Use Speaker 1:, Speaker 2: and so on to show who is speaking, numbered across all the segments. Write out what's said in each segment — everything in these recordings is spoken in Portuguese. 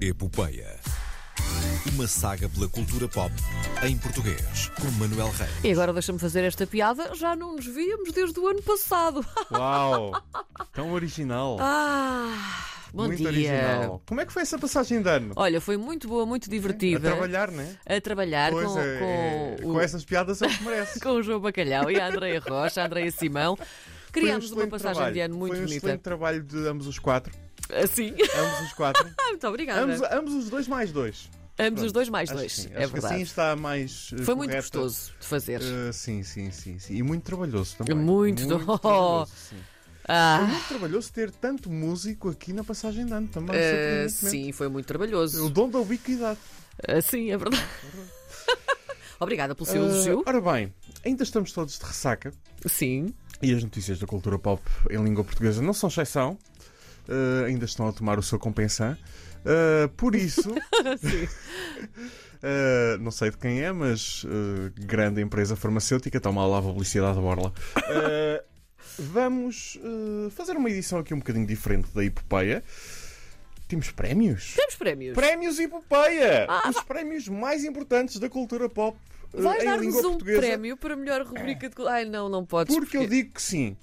Speaker 1: Epopeia. Uma saga pela cultura pop em português, com Manuel Reis.
Speaker 2: E agora deixa-me fazer esta piada, já não nos víamos desde o ano passado.
Speaker 3: Uau! Tão original.
Speaker 2: Ah, bom
Speaker 3: muito
Speaker 2: dia.
Speaker 3: original. Como é que foi essa passagem de ano?
Speaker 2: Olha, foi muito boa, muito
Speaker 3: A
Speaker 2: divertida.
Speaker 3: trabalhar, né?
Speaker 2: A trabalhar
Speaker 3: Pois
Speaker 2: com,
Speaker 3: é, é,
Speaker 2: com,
Speaker 3: com
Speaker 2: o,
Speaker 3: essas piadas é o que merece.
Speaker 2: com o João Bacalhau e a Andreia Rocha, a Andreia Simão.
Speaker 3: Foi um
Speaker 2: Criámos uma
Speaker 3: excelente
Speaker 2: passagem
Speaker 3: trabalho.
Speaker 2: de ano muito
Speaker 3: Foi um
Speaker 2: bonita.
Speaker 3: excelente trabalho de ambos os quatro.
Speaker 2: Assim.
Speaker 3: Ambos os quatro.
Speaker 2: Ah, muito obrigada.
Speaker 3: ambos,
Speaker 2: Ambos,
Speaker 3: ambos os dois mais dois.
Speaker 2: os dois mais
Speaker 3: Acho
Speaker 2: dois.
Speaker 3: que sim.
Speaker 2: é
Speaker 3: Acho que
Speaker 2: verdade.
Speaker 3: assim está mais. eh,
Speaker 2: foi muito
Speaker 3: correta.
Speaker 2: gostoso de fazer.
Speaker 3: Eh, sim, sim, sim, sim. E muito trabalhoso também.
Speaker 2: Muito do-
Speaker 3: trabalhoso, sim. Foi
Speaker 2: ah,
Speaker 3: muito trabalhoso ter tanto músico aqui na passagem de ano também.
Speaker 2: ah,
Speaker 3: surpreendentemente.
Speaker 2: sim, foi muito
Speaker 3: O
Speaker 2: trabalhoso.
Speaker 3: dom da ubiquidade.
Speaker 2: Ah, sim, é verdade. obrigada pelo seu
Speaker 3: Ah,
Speaker 2: elogio.
Speaker 3: ora bem, ainda estamos todos de ressaca
Speaker 2: Sim.
Speaker 3: e as notícias da cultura pop em língua portuguesa não são exceção. Ah, ainda estão a tomar o seu compensã. Ah, por isso,
Speaker 2: Sim.
Speaker 3: ah, não sei de quem é, mas ah, grande empresa farmacêutica, toma lá a publicidade à borla. Ah, vamos ah, fazer uma edição aqui um bocadinho diferente da Hipopeia. Temos prémios?
Speaker 2: Temos prémios.
Speaker 3: Prémios Hipopeia! Os prémios mais importantes da cultura pop ah,
Speaker 2: Ah, Vais
Speaker 3: em
Speaker 2: dar-nos
Speaker 3: língua
Speaker 2: um
Speaker 3: portuguesa.
Speaker 2: prémio para a melhor rubrica de. Ai, não, não podes.
Speaker 3: Porque eu digo que sim.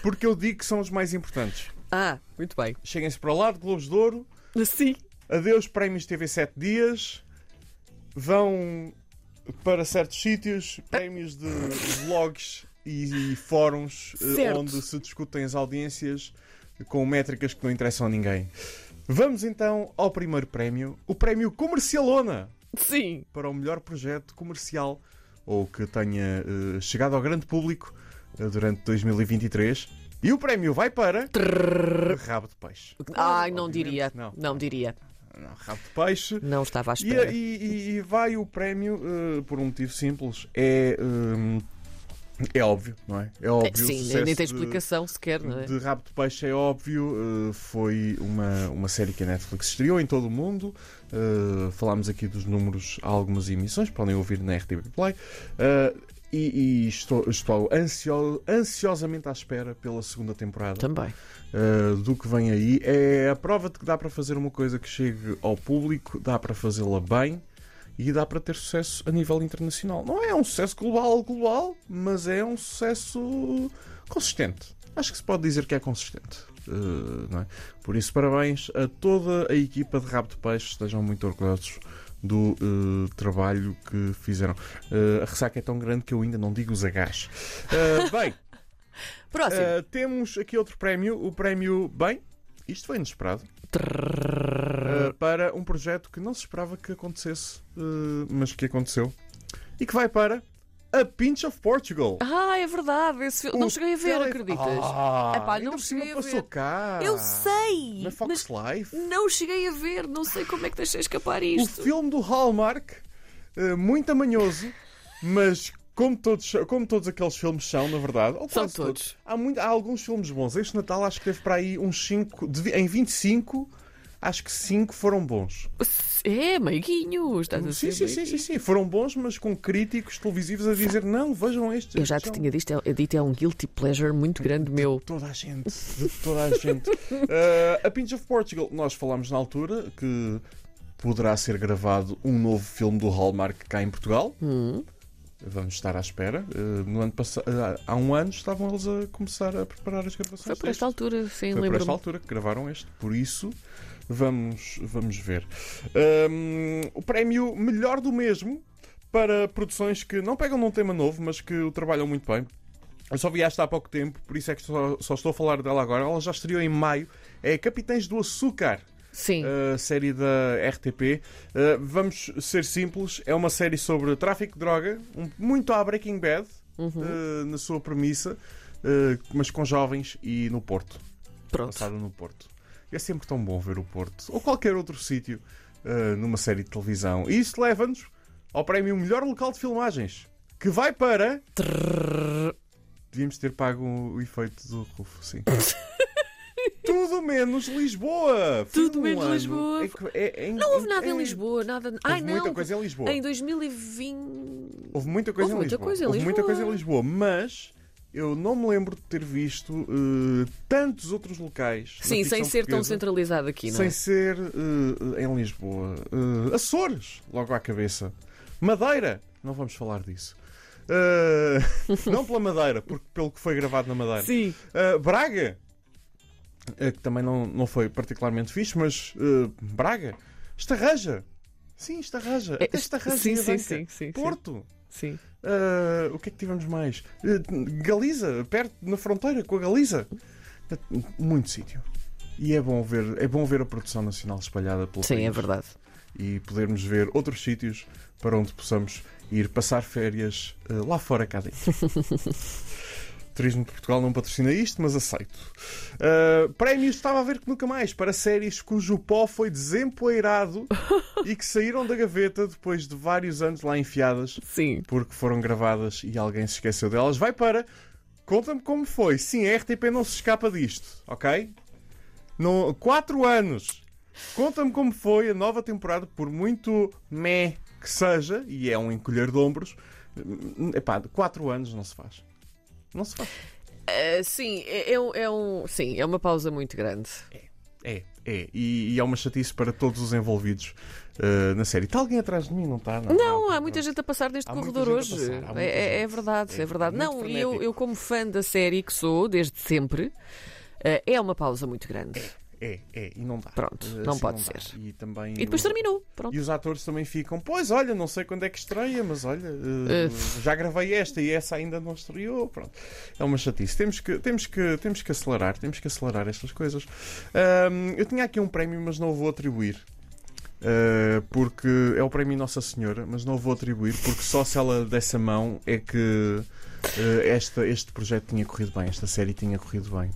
Speaker 3: Porque eu digo que são os mais importantes.
Speaker 2: Ah, muito bem.
Speaker 3: Cheguem-se para lá de Globos de Ouro.
Speaker 2: Sim.
Speaker 3: Adeus, prémios TV 7 dias. Vão para certos sítios, prémios de vlogs e, e fóruns eh,
Speaker 2: Certo.
Speaker 3: onde se discutem as audiências com métricas que não interessam a ninguém. Vamos então ao primeiro prémio, o prémio Comercialona
Speaker 2: Sim.
Speaker 3: para o melhor projeto comercial ou que tenha eh, chegado ao grande público eh, durante 2023. E o prémio vai para. Rabo de peixe.
Speaker 2: Ai, não
Speaker 3: Obviamente,
Speaker 2: diria.
Speaker 3: Não,
Speaker 2: Não diria.
Speaker 3: não, rabo de peixe.
Speaker 2: Não estava à
Speaker 3: E,
Speaker 2: espera.
Speaker 3: e- e- e vai o prémio eh, por um motivo simples. É. hum, é óbvio, não é? É
Speaker 2: É,
Speaker 3: óbvio. o
Speaker 2: Sim, nem-
Speaker 3: sucesso
Speaker 2: nem tem
Speaker 3: de-
Speaker 2: explicação sequer, não é?
Speaker 3: de Rabo de Peixe é óbvio, eh, foi uma, uma série que a Netflix estreou em todo o mundo. Eh, Falámos aqui dos números a algumas emissões, podem ouvir na RTP Play. Eh, E, e estou, estou ansio- ansiosamente à espera pela segunda temporada
Speaker 2: Também.
Speaker 3: eh, do que vem aí. É a prova de que dá para fazer uma coisa que chegue ao público, dá para fazê-la bem e dá para ter sucesso a nível internacional. Não é um sucesso global, global, mas é um sucesso consistente. Acho que se pode dizer que é consistente. eh, não é? Por isso, parabéns a toda a equipa de Rabo de Peixe, estejam muito orgulhosos do eh, trabalho que fizeram. Eh, a ressaca é tão grande que eu ainda não digo os agarros. Eh, bem,
Speaker 2: Próximo.
Speaker 3: Uh, temos aqui outro prémio, o prémio Bem. Isto foi inesperado. Uh, para um projeto que não se esperava que acontecesse, uh, mas que aconteceu. E que vai para A Pinch of Portugal.
Speaker 2: Ah, é verdade. esse filme- Não
Speaker 3: O
Speaker 2: cheguei a ver,
Speaker 3: tele-
Speaker 2: acreditas?
Speaker 3: Ah,
Speaker 2: Epá,
Speaker 3: ainda
Speaker 2: não
Speaker 3: por cima
Speaker 2: cheguei a
Speaker 3: passou
Speaker 2: ver.
Speaker 3: cá.
Speaker 2: Eu sei.
Speaker 3: Ah. Na Fox
Speaker 2: Mas
Speaker 3: Life.
Speaker 2: não cheguei a ver. Não sei como é que deixei escapar
Speaker 3: O
Speaker 2: isto.
Speaker 3: filme do Hallmark, uh, muito amanhoso, mas como todos, como todos aqueles filmes são, na verdade, ou
Speaker 2: São
Speaker 3: quase
Speaker 2: todos.
Speaker 3: Há, muito- há alguns filmes bons. Este Natal acho que teve para aí uns 5. Em 25, acho que 5 foram bons.
Speaker 2: É, meiguinho. Estás a
Speaker 3: Sim,
Speaker 2: ser
Speaker 3: sim, sim, sim,
Speaker 2: meiguinho.
Speaker 3: sim. Foram bons, mas com críticos televisivos a dizer: não, vejam este.
Speaker 2: Eu já te
Speaker 3: este
Speaker 2: tinha dito, é, dito, é um guilty pleasure muito grande meu.
Speaker 3: de toda a gente, de toda a gente. Uh, a Pinch of Portugal, nós falámos na altura que poderá ser gravado um novo filme do Hallmark cá em Portugal.
Speaker 2: Hum.
Speaker 3: Vamos estar à espera. Uh, no ano passa- ah, há um ano estavam eles a começar a preparar as gravações.
Speaker 2: Foi por
Speaker 3: deste.
Speaker 2: esta altura, sim,
Speaker 3: Foi por esta
Speaker 2: lembro-me.
Speaker 3: altura que gravaram este, por isso vamos, vamos ver. Hum, o prémio melhor do mesmo para produções que não pegam num tema novo, mas que o trabalham muito bem. Eu só vi esta há pouco tempo, por isso é que só, só estou a falar dela agora. Ela já estreou em maio. É Capitães do Açúcar,
Speaker 2: Sim.
Speaker 3: a série da RTP. Uh, vamos ser simples: é uma série sobre tráfico de droga, um- muito à Breaking Bad
Speaker 2: Uhum.
Speaker 3: uh, na sua premissa, uh, mas com jovens e no Porto
Speaker 2: Pronto.
Speaker 3: passada no Porto. É sempre tão bom ver o Porto ou qualquer outro sítio ah, numa série de televisão. E isso leva-nos ao prémio Melhor Local de Filmagens, que vai para. Devíamos ter pago o efeito do Rufo, sim. Tudo menos Lisboa! Foi um
Speaker 2: Tudo menos
Speaker 3: ano
Speaker 2: Lisboa.
Speaker 3: em que- é- é-
Speaker 2: Não houve nada
Speaker 3: é-
Speaker 2: em Lisboa, nada. Ai,
Speaker 3: Houve muita
Speaker 2: não.
Speaker 3: coisa em Lisboa.
Speaker 2: Em 2020.
Speaker 3: Houve muita coisa
Speaker 2: Houve
Speaker 3: em
Speaker 2: muita
Speaker 3: Lisboa.
Speaker 2: coisa em
Speaker 3: Houve muita
Speaker 2: Lisboa.
Speaker 3: coisa em Lisboa, mas Eu não me lembro de ter visto eh, tantos outros locais. na
Speaker 2: Sim, sem
Speaker 3: ficção
Speaker 2: ser tão
Speaker 3: portuguesa,
Speaker 2: centralizado aqui, não é?
Speaker 3: Sem ser eh, em Lisboa. Eh, Açores, logo à cabeça. Madeira, não vamos falar disso. Eh, não pela Madeira, porque pelo que foi gravado na Madeira.
Speaker 2: Sim.
Speaker 3: Uh, Braga, uh, que também não, não foi particularmente fixe, mas uh, Braga, Estarraja, sim, Estarraja,
Speaker 2: É,
Speaker 3: até Estarraja,
Speaker 2: sim,
Speaker 3: e
Speaker 2: sim,
Speaker 3: Avanca.
Speaker 2: sim, sim,
Speaker 3: Porto,
Speaker 2: sim.
Speaker 3: uh, o que é que tivemos mais? Uh, Galiza, perto na fronteira com a Galiza, Uh, muito sítio. E é bom ver, é bom ver a produção nacional espalhada pelo
Speaker 2: Sim,
Speaker 3: país
Speaker 2: é verdade.
Speaker 3: e podermos ver outros sítios para onde possamos ir passar férias eh, lá fora cá dentro. Turismo de Portugal não patrocina isto, mas aceito. Eh, prémios estava a ver que nunca mais para séries cujo pó foi desempoeirado e que saíram da gaveta depois de vários anos lá enfiadas
Speaker 2: Sim.
Speaker 3: porque foram gravadas e alguém se esqueceu delas. Vai para. Conta-me como foi. Sim, a RTP não se escapa disto, ok? Não, quatro anos. Conta-me como foi a nova temporada, por muito meh que seja, e é um encolher de ombros. hum, Epá, quatro anos não se faz. Não se faz.
Speaker 2: Ah, sim, é, é um, é um- Sim, é uma pausa muito grande.
Speaker 3: É, é. E, e é uma chatice para todos os envolvidos uh, na série. Está alguém atrás de mim? Não está?
Speaker 2: Não, há muita gente a passar neste
Speaker 3: Há muita
Speaker 2: corredor
Speaker 3: gente
Speaker 2: hoje.
Speaker 3: a passar, há muita
Speaker 2: é, é- é
Speaker 3: gente.
Speaker 2: verdade, é,
Speaker 3: É
Speaker 2: verdade.
Speaker 3: muito
Speaker 2: Não, e eu,
Speaker 3: frenético.
Speaker 2: eu, como fã da série que sou, desde sempre, ah, é uma pausa muito grande.
Speaker 3: É, é. E não dá.
Speaker 2: Pronto,
Speaker 3: Uh,
Speaker 2: não
Speaker 3: assim
Speaker 2: pode
Speaker 3: dá.
Speaker 2: ser.
Speaker 3: E, também
Speaker 2: E depois
Speaker 3: o-
Speaker 2: terminou. Pronto.
Speaker 3: E os atores também ficam, pois olha, não sei quando é que estreia, mas olha, eh,
Speaker 2: Eh.
Speaker 3: já gravei esta e essa ainda não estreou. Pronto. É uma chatice. Temos que, temos que, temos que acelerar, temos que acelerar estas coisas. Ahm, eu tinha aqui um prémio, mas não o vou atribuir. eh, porque é o prémio Nossa Senhora, mas não o vou atribuir, porque só se ela desse a mão é que eh, esta, este projeto tinha corrido bem, esta série tinha corrido bem.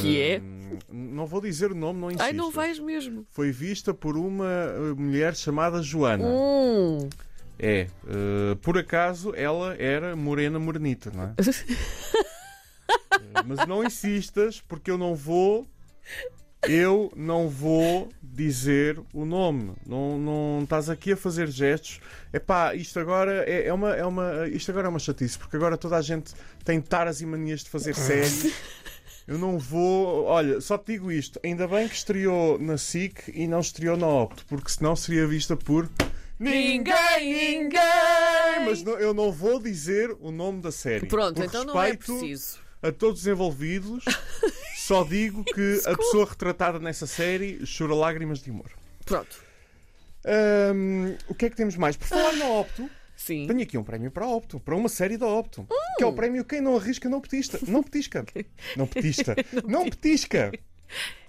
Speaker 2: Que é?
Speaker 3: Ahm, Não vou dizer o nome, não insisto
Speaker 2: Ai, não vais mesmo.
Speaker 3: foi vista por uma eh, mulher chamada Joana.
Speaker 2: Hum.
Speaker 3: É. eh, por acaso ela era morena morenita, não é? Eh, Mas não insistas, porque eu não vou. Eu não vou dizer o nome. Não, não estás aqui a fazer gestos. Epá, isto agora é, é uma, é uma. Isto agora é uma chatice, porque agora toda a gente tem taras e manias de fazer séries. Eu não vou. Olha, só te digo isto. Ainda bem que estreou na SIC e não estreou na Opto, porque senão seria vista por.
Speaker 2: Ninguém, ninguém!
Speaker 3: Mas não- eu não vou dizer o nome da série.
Speaker 2: Pronto,
Speaker 3: Por
Speaker 2: então não é
Speaker 3: respeito
Speaker 2: preciso.
Speaker 3: A todos os envolvidos, só digo que a
Speaker 2: Desculpa.
Speaker 3: pessoa retratada nessa série chora lágrimas de humor.
Speaker 2: Pronto.
Speaker 3: Hum, o que é que temos mais? Por falar na Opto,
Speaker 2: Sim.
Speaker 3: tenho aqui um prémio para a Opto, para uma série da Opto, que é o prémio Quem Não Arrisca Não Petista. Não petisca. Não petista. Não petisca.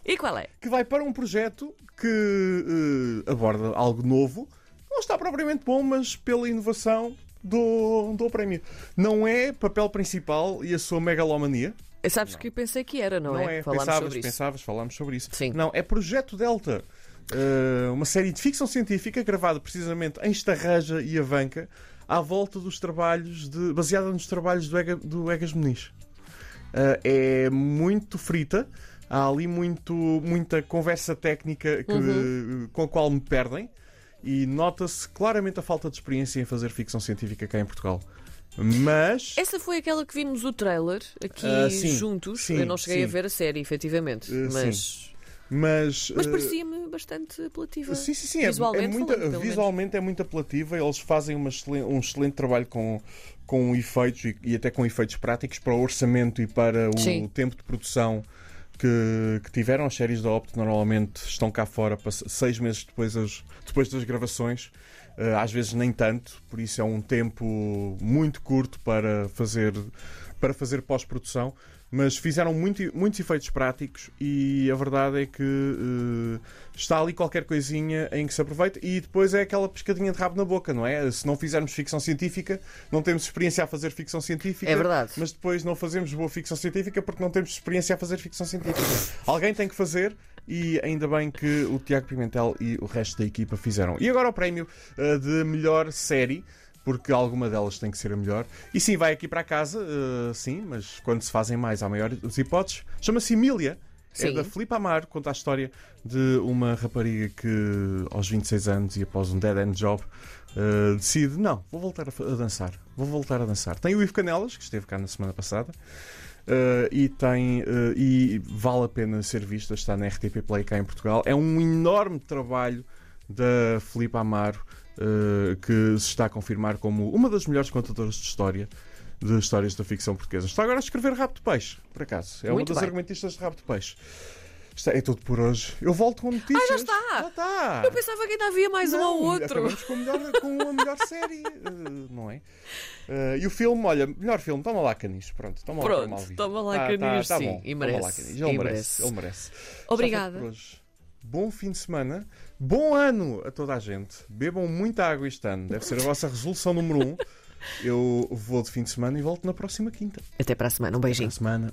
Speaker 2: E qual é?
Speaker 3: que vai para um projeto que eh, aborda algo novo. Não está propriamente bom, mas pela inovação do, do prémio. Não é papel principal e a sua megalomania.
Speaker 2: Sabes que eu pensei que era, não,
Speaker 3: Não,
Speaker 2: é?
Speaker 3: é.
Speaker 2: Falámos
Speaker 3: Pensavas,
Speaker 2: sobre isso.
Speaker 3: pensavas, falámos sobre isso.
Speaker 2: Sim.
Speaker 3: Não, é Projeto Delta. eh, uma série de ficção científica gravada precisamente em Estarraja e Avanca à volta dos trabalhos de, baseada nos trabalhos do, Ega- do Egas Meniz. Eh, é muito frita. Há ali muito, muita conversa técnica que-
Speaker 2: Uhum.
Speaker 3: com a qual me perdem e nota-se claramente a falta de experiência em fazer ficção científica cá em Portugal. Mas
Speaker 2: Essa foi aquela que vimos o trailer aqui
Speaker 3: Ah, sim,
Speaker 2: juntos.
Speaker 3: sim,
Speaker 2: eu não cheguei a
Speaker 3: sim.
Speaker 2: ver a série, efetivamente.
Speaker 3: Eh,
Speaker 2: mas
Speaker 3: mas,
Speaker 2: mas
Speaker 3: eh,
Speaker 2: parecia-me bastante apelativa.
Speaker 3: Sim, sim, sim. é-
Speaker 2: Visualmente
Speaker 3: é muito,
Speaker 2: falando, pelo
Speaker 3: visualmente é muito apelativa. Eles fazem uma excelen- um excelente trabalho com, com efeitos e, e até com efeitos práticos para o orçamento e para o
Speaker 2: Sim.
Speaker 3: tempo de produção que, que tiveram. As séries da Opto normalmente estão cá fora para se- seis meses depois, as- depois das gravações. Eh, às vezes nem tanto, por isso é um tempo muito curto para fazer, para fazer pós-produção. Mas fizeram muito- muitos efeitos práticos e a verdade é que eh, está ali qualquer coisinha em que se aproveita e depois é aquela pescadinha de rabo na boca, não é? Se não fizermos ficção científica, não temos experiência a fazer ficção científica.
Speaker 2: É verdade.
Speaker 3: Mas depois não fazemos boa ficção científica porque não temos experiência a fazer ficção científica. Alguém tem que fazer e ainda bem que o Tiago Pimentel e o resto da equipa fizeram. E agora o prémio eh, de melhor série. Porque alguma delas tem que ser a melhor. E sim, vai aqui para casa, eh, sim, mas quando se fazem mais, há maiores hipóteses. Chama-se Emília. É
Speaker 2: Sim.
Speaker 3: da Filipe Amaro, conta a história de uma rapariga que aos 26 anos e após um dead-end job Uh, decide, não, vou voltar a, fa- a dançar. Vou voltar a dançar. Tem o Ivo Canelas, que esteve cá na semana passada, uh, e tem uh, e vale a pena ser vista, está na RTP Play cá em Portugal. É um enorme trabalho da Filipe Amaro, uh, que se está a confirmar como uma das melhores contadoras de história. De histórias da ficção portuguesa. Está agora a escrever Rabo de Peixe, por acaso. É uma
Speaker 2: Muito
Speaker 3: das
Speaker 2: bem.
Speaker 3: argumentistas de Rabo de Peixe. Está, é tudo por hoje. Eu volto com notícias.
Speaker 2: Ah, está!
Speaker 3: Já está!
Speaker 2: Eu pensava que ainda havia mais um
Speaker 3: Não,
Speaker 2: ou outro.
Speaker 3: Acabamos com a melhor, com a melhor série, eh, não é? Eh, e o filme, olha, melhor filme, toma lá Canis. Pronto, toma lá
Speaker 2: Pronto,
Speaker 3: para o Malvi.
Speaker 2: toma lá,
Speaker 3: Tá- tá-
Speaker 2: Canis,
Speaker 3: tá
Speaker 2: sim,
Speaker 3: bom,
Speaker 2: e
Speaker 3: toma lá,
Speaker 2: merece,
Speaker 3: Canis. Ele
Speaker 2: e
Speaker 3: merece,
Speaker 2: merece.
Speaker 3: ele merece. Está feito por
Speaker 2: Obrigada.
Speaker 3: hoje. Bom fim de semana, bom ano a toda a gente. Bebam muita água este ano, deve ser a vossa resolução número um. Eu vou de fim de semana e volto na próxima quinta.
Speaker 2: Até para a semana. Um
Speaker 3: Na
Speaker 2: beijinho.
Speaker 3: semana.